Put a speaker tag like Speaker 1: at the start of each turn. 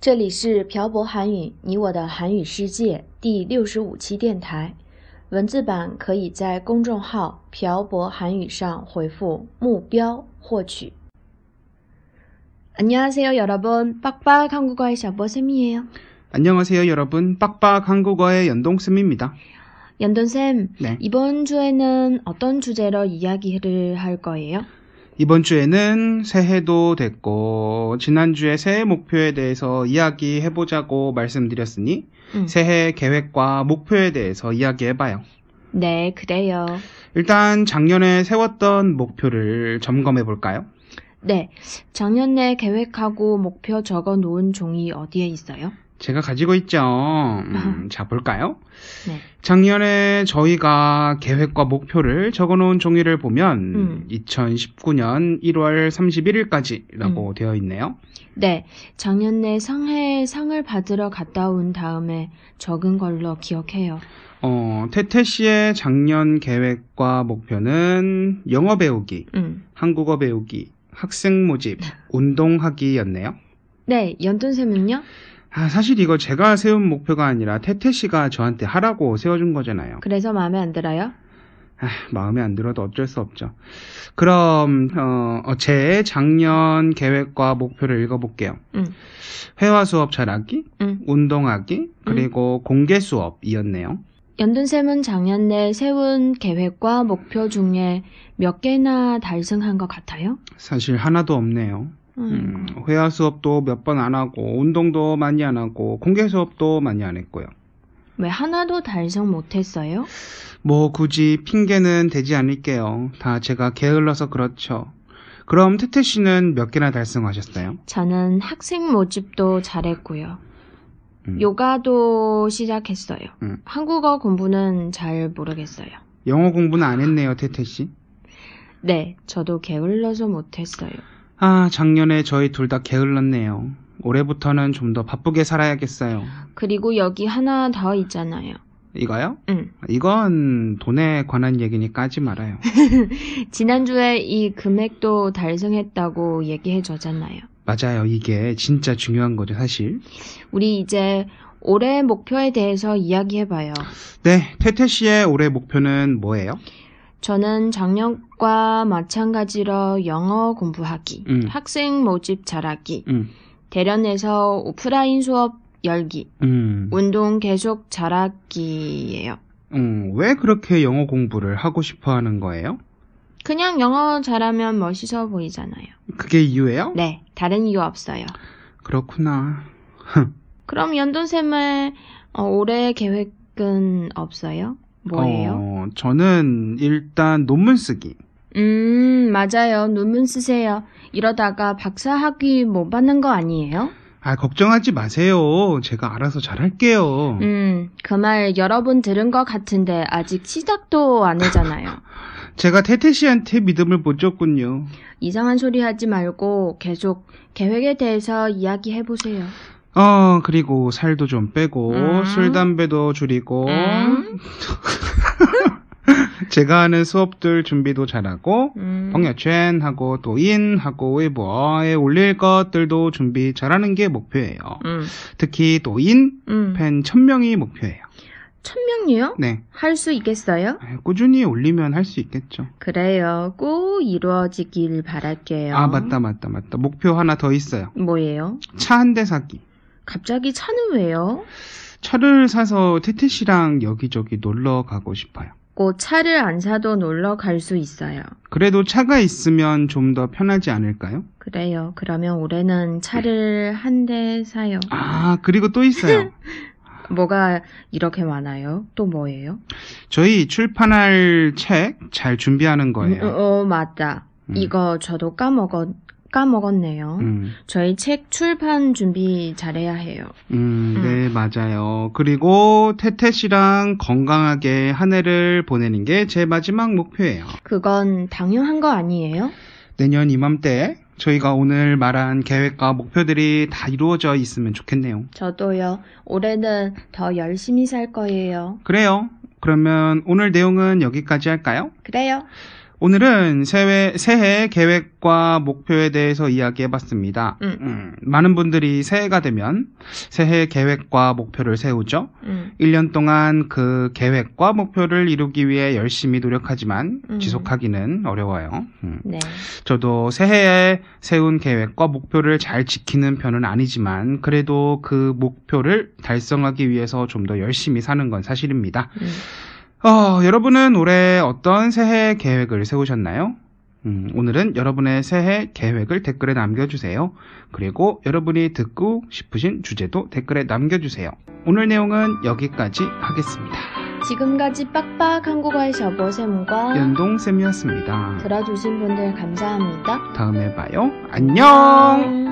Speaker 1: 这里是朴博韩语，你我的韩语世界第六十五期电台。文字版可以在公众号“朴博韩语”上回复“目标”获取。 안녕하세요, 여러분. 빡빡 한국어의 샤버쌤이에요.
Speaker 2: 안녕하세요, 여러분. 빡빡 한국어의 연동쌤입니다.
Speaker 1: 연돈쌤,
Speaker 2: 네.
Speaker 1: 이번 주에는 어떤 주제로 이야기를 할 거예요?
Speaker 2: 이번 주에는 새해도 됐고, 지난주에 새해 목표에 대해서 이야기해보자고 말씀드렸으니,
Speaker 1: 음.
Speaker 2: 새해 계획과 목표에 대해서 이야기해봐요.
Speaker 1: 네, 그래요.
Speaker 2: 일단 작년에 세웠던 목표를 점검해볼까요?
Speaker 1: 네, 작년에 계획하고 목표 적어 놓은 종이 어디에 있어요?
Speaker 2: 제가 가지고 있죠. 음, 자, 볼까요?
Speaker 1: 네.
Speaker 2: 작년에 저희가 계획과 목표를 적어놓은 종이를 보면
Speaker 1: 음.
Speaker 2: 2019년 1월 31일까지라고 되어 있네요.
Speaker 1: 네, 작년에 상해 상을 받으러 갔다 온 다음에 적은 걸로 기억해요.
Speaker 2: 어, 태태 씨의 작년 계획과 목표는 영어 배우기,
Speaker 1: 음.
Speaker 2: 한국어 배우기, 학생 모집, 운동하기였네요.
Speaker 1: 네, 연돈쌤은요?
Speaker 2: 아, 사실 이거 제가 세운 목표가 아니라 태태 씨가 저한테 하라고 세워준 거잖아요.
Speaker 1: 그래서 마음에 안 들어요?
Speaker 2: 아, 마음에 안 들어도 어쩔 수 없죠. 그럼 어, 어, 제 작년 계획과 목표를 읽어볼게요.
Speaker 1: 음.
Speaker 2: 회화 수업 잘하기,
Speaker 1: 음.
Speaker 2: 운동하기, 그리고 공개 수업이었네요.
Speaker 1: 연돈쌤은 작년에 세운 계획과 목표 중에 몇 개나 달성한 것 같아요?
Speaker 2: 사실 하나도 없네요. 음, 회화 수업도 몇 번 안 하고 운동도 많이 안 하고 공개 수업도 많이 안 했고요.
Speaker 1: 왜 하나도 달성 못했어요?
Speaker 2: 뭐 굳이 핑계는 되지 않을게요. 다 제가 게을러서 그렇죠. 그럼 태태 씨는 몇 개나 달성하셨어요?
Speaker 1: 저는 학생 모집도 잘했고요.
Speaker 2: 음.
Speaker 1: 요가도 시작했어요.
Speaker 2: 음.
Speaker 1: 한국어 공부는 잘 모르겠어요.
Speaker 2: 영어 공부는 안 했네요, 태태 씨.
Speaker 1: 네, 저도 게을러서 못했어요.
Speaker 2: 아, 작년에 저희 둘 다 게을렀네요. 올해부터는 좀 더 바쁘게 살아야겠어요.
Speaker 1: 그리고 여기 하나 더 있잖아요.
Speaker 2: 이거요?
Speaker 1: 응.
Speaker 2: 이건 돈에 관한 얘기니까 하지 말아요.
Speaker 1: 지난주에 이 금액도 달성했다고 얘기해 줬잖아요.
Speaker 2: 맞아요. 이게 진짜 중요한 거죠, 사실.
Speaker 1: 우리 이제 올해 목표에 대해서 이야기해 봐요.
Speaker 2: 네, 태태 씨의 올해 목표는 뭐예요?
Speaker 1: 저는 작년과 마찬가지로 영어 공부하기,
Speaker 2: 음.
Speaker 1: 학생 모집 잘하기,
Speaker 2: 음,
Speaker 1: 대련에서 오프라인 수업 열기,
Speaker 2: 음,
Speaker 1: 운동 계속 잘하기예요.
Speaker 2: 음, 왜 그렇게 영어 공부를 하고 싶어 하는 거예요?
Speaker 1: 그냥 영어 잘하면 멋있어 보이잖아요.
Speaker 2: 그게 이유예요?
Speaker 1: 네, 다른 이유 없어요.
Speaker 2: 그렇구나.
Speaker 1: 그럼 연돈쌤의 어, 올해 계획은 없어요? 뭐예요?
Speaker 2: 어, 저는 일단 논문 쓰기.
Speaker 1: 음, 맞아요. 논문 쓰세요. 이러다가 박사학위 못 받는 거 아니에요?
Speaker 2: 아, 걱정하지 마세요. 제가 알아서 잘할게요.
Speaker 1: 음, 그 말 여러 번 들은 것 같은데 아직 시작도 안 했잖아요.
Speaker 2: 제가 태태 씨한테 믿음을 못 줬군요.
Speaker 1: 이상한 소리 하지 말고 계속 계획에 대해서 이야기해 보세요.
Speaker 2: 어, 그리고 살도 좀 빼고,
Speaker 1: 음.
Speaker 2: 술, 담배도 줄이고,
Speaker 1: 음.
Speaker 2: 제가 하는 수업들 준비도 잘하고,
Speaker 1: 음,
Speaker 2: 펑여첸하고 도인하고 웨이버에 올릴 것들도 준비 잘하는 게 목표예요.
Speaker 1: 음,
Speaker 2: 특히 도인
Speaker 1: 음.
Speaker 2: 팬 1000명이 목표예요.
Speaker 1: 천명이요?
Speaker 2: 네.
Speaker 1: 할 수 있겠어요?
Speaker 2: 꾸준히 올리면 할 수 있겠죠.
Speaker 1: 그래요. 꼭 이루어지길 바랄게요.
Speaker 2: 아, 맞다, 맞다, 맞다. 목표 하나 더 있어요.
Speaker 1: 뭐예요?
Speaker 2: 차 한 대 사기.
Speaker 1: 갑자기 차는 왜요?
Speaker 2: 차를 사서 태태 씨랑 여기저기 놀러 가고 싶어요.
Speaker 1: 꼭 차를 안 사도 놀러 갈 수 있어요.
Speaker 2: 그래도 차가 있으면 좀 더 편하지 않을까요?
Speaker 1: 그래요. 그러면 올해는 차를 한 대 사요.
Speaker 2: 아, 그리고 또 있어요.
Speaker 1: 뭐가 이렇게 많아요? 또 뭐예요?
Speaker 2: 저희 출판할 책 잘 준비하는 거예요.
Speaker 1: 음, 어, 어, 맞다.
Speaker 2: 음.
Speaker 1: 이거 저도 까먹었, 까먹었네요.
Speaker 2: 음.
Speaker 1: 저희 책 출판 준비 잘해야 해요.
Speaker 2: 음, 네, 맞아요. 그리고 태태 씨랑 건강하게 한 해를 보내는 게 제 마지막 목표예요.
Speaker 1: 그건 당연한 거 아니에요?
Speaker 2: 내년 이맘때 저희가 오늘 말한 계획과 목표들이 다 이루어져 있으면 좋겠네요.
Speaker 1: 저도요. 올해는 더 열심히 살 거예요.
Speaker 2: 그래요. 그러면 오늘 내용은 여기까지 할까요?
Speaker 1: 그래요.
Speaker 2: 오늘은 새해, 새해 계획과 목표에 대해서 이야기해봤습니다.
Speaker 1: 음.
Speaker 2: 음, 많은 분들이 새해가 되면 새해 계획과 목표를 세우죠.
Speaker 1: 음.
Speaker 2: 1년 동안 그 계획과 목표를 이루기 위해 열심히 노력하지만
Speaker 1: 음.
Speaker 2: 지속하기는 어려워요. 음.
Speaker 1: 네.
Speaker 2: 저도 새해에 세운 계획과 목표를 잘 지키는 편은 아니지만 그래도 그 목표를 달성하기 위해서 좀 더 열심히 사는 건 사실입니다.
Speaker 1: 음.
Speaker 2: 어, 여러분은 올해 어떤 새해 계획을 세우셨나요? 음, 오늘은 여러분의 새해 계획을 댓글에 남겨주세요. 그리고 여러분이 듣고 싶으신 주제도 댓글에 남겨주세요. 오늘 내용은 여기까지 하겠습니다.
Speaker 1: 지금까지 빡빡 한국어의 셔보 쌤과
Speaker 2: 연동쌤이었습니다.
Speaker 1: 들어주신 분들 감사합니다.
Speaker 2: 다음에 봐요. 안녕!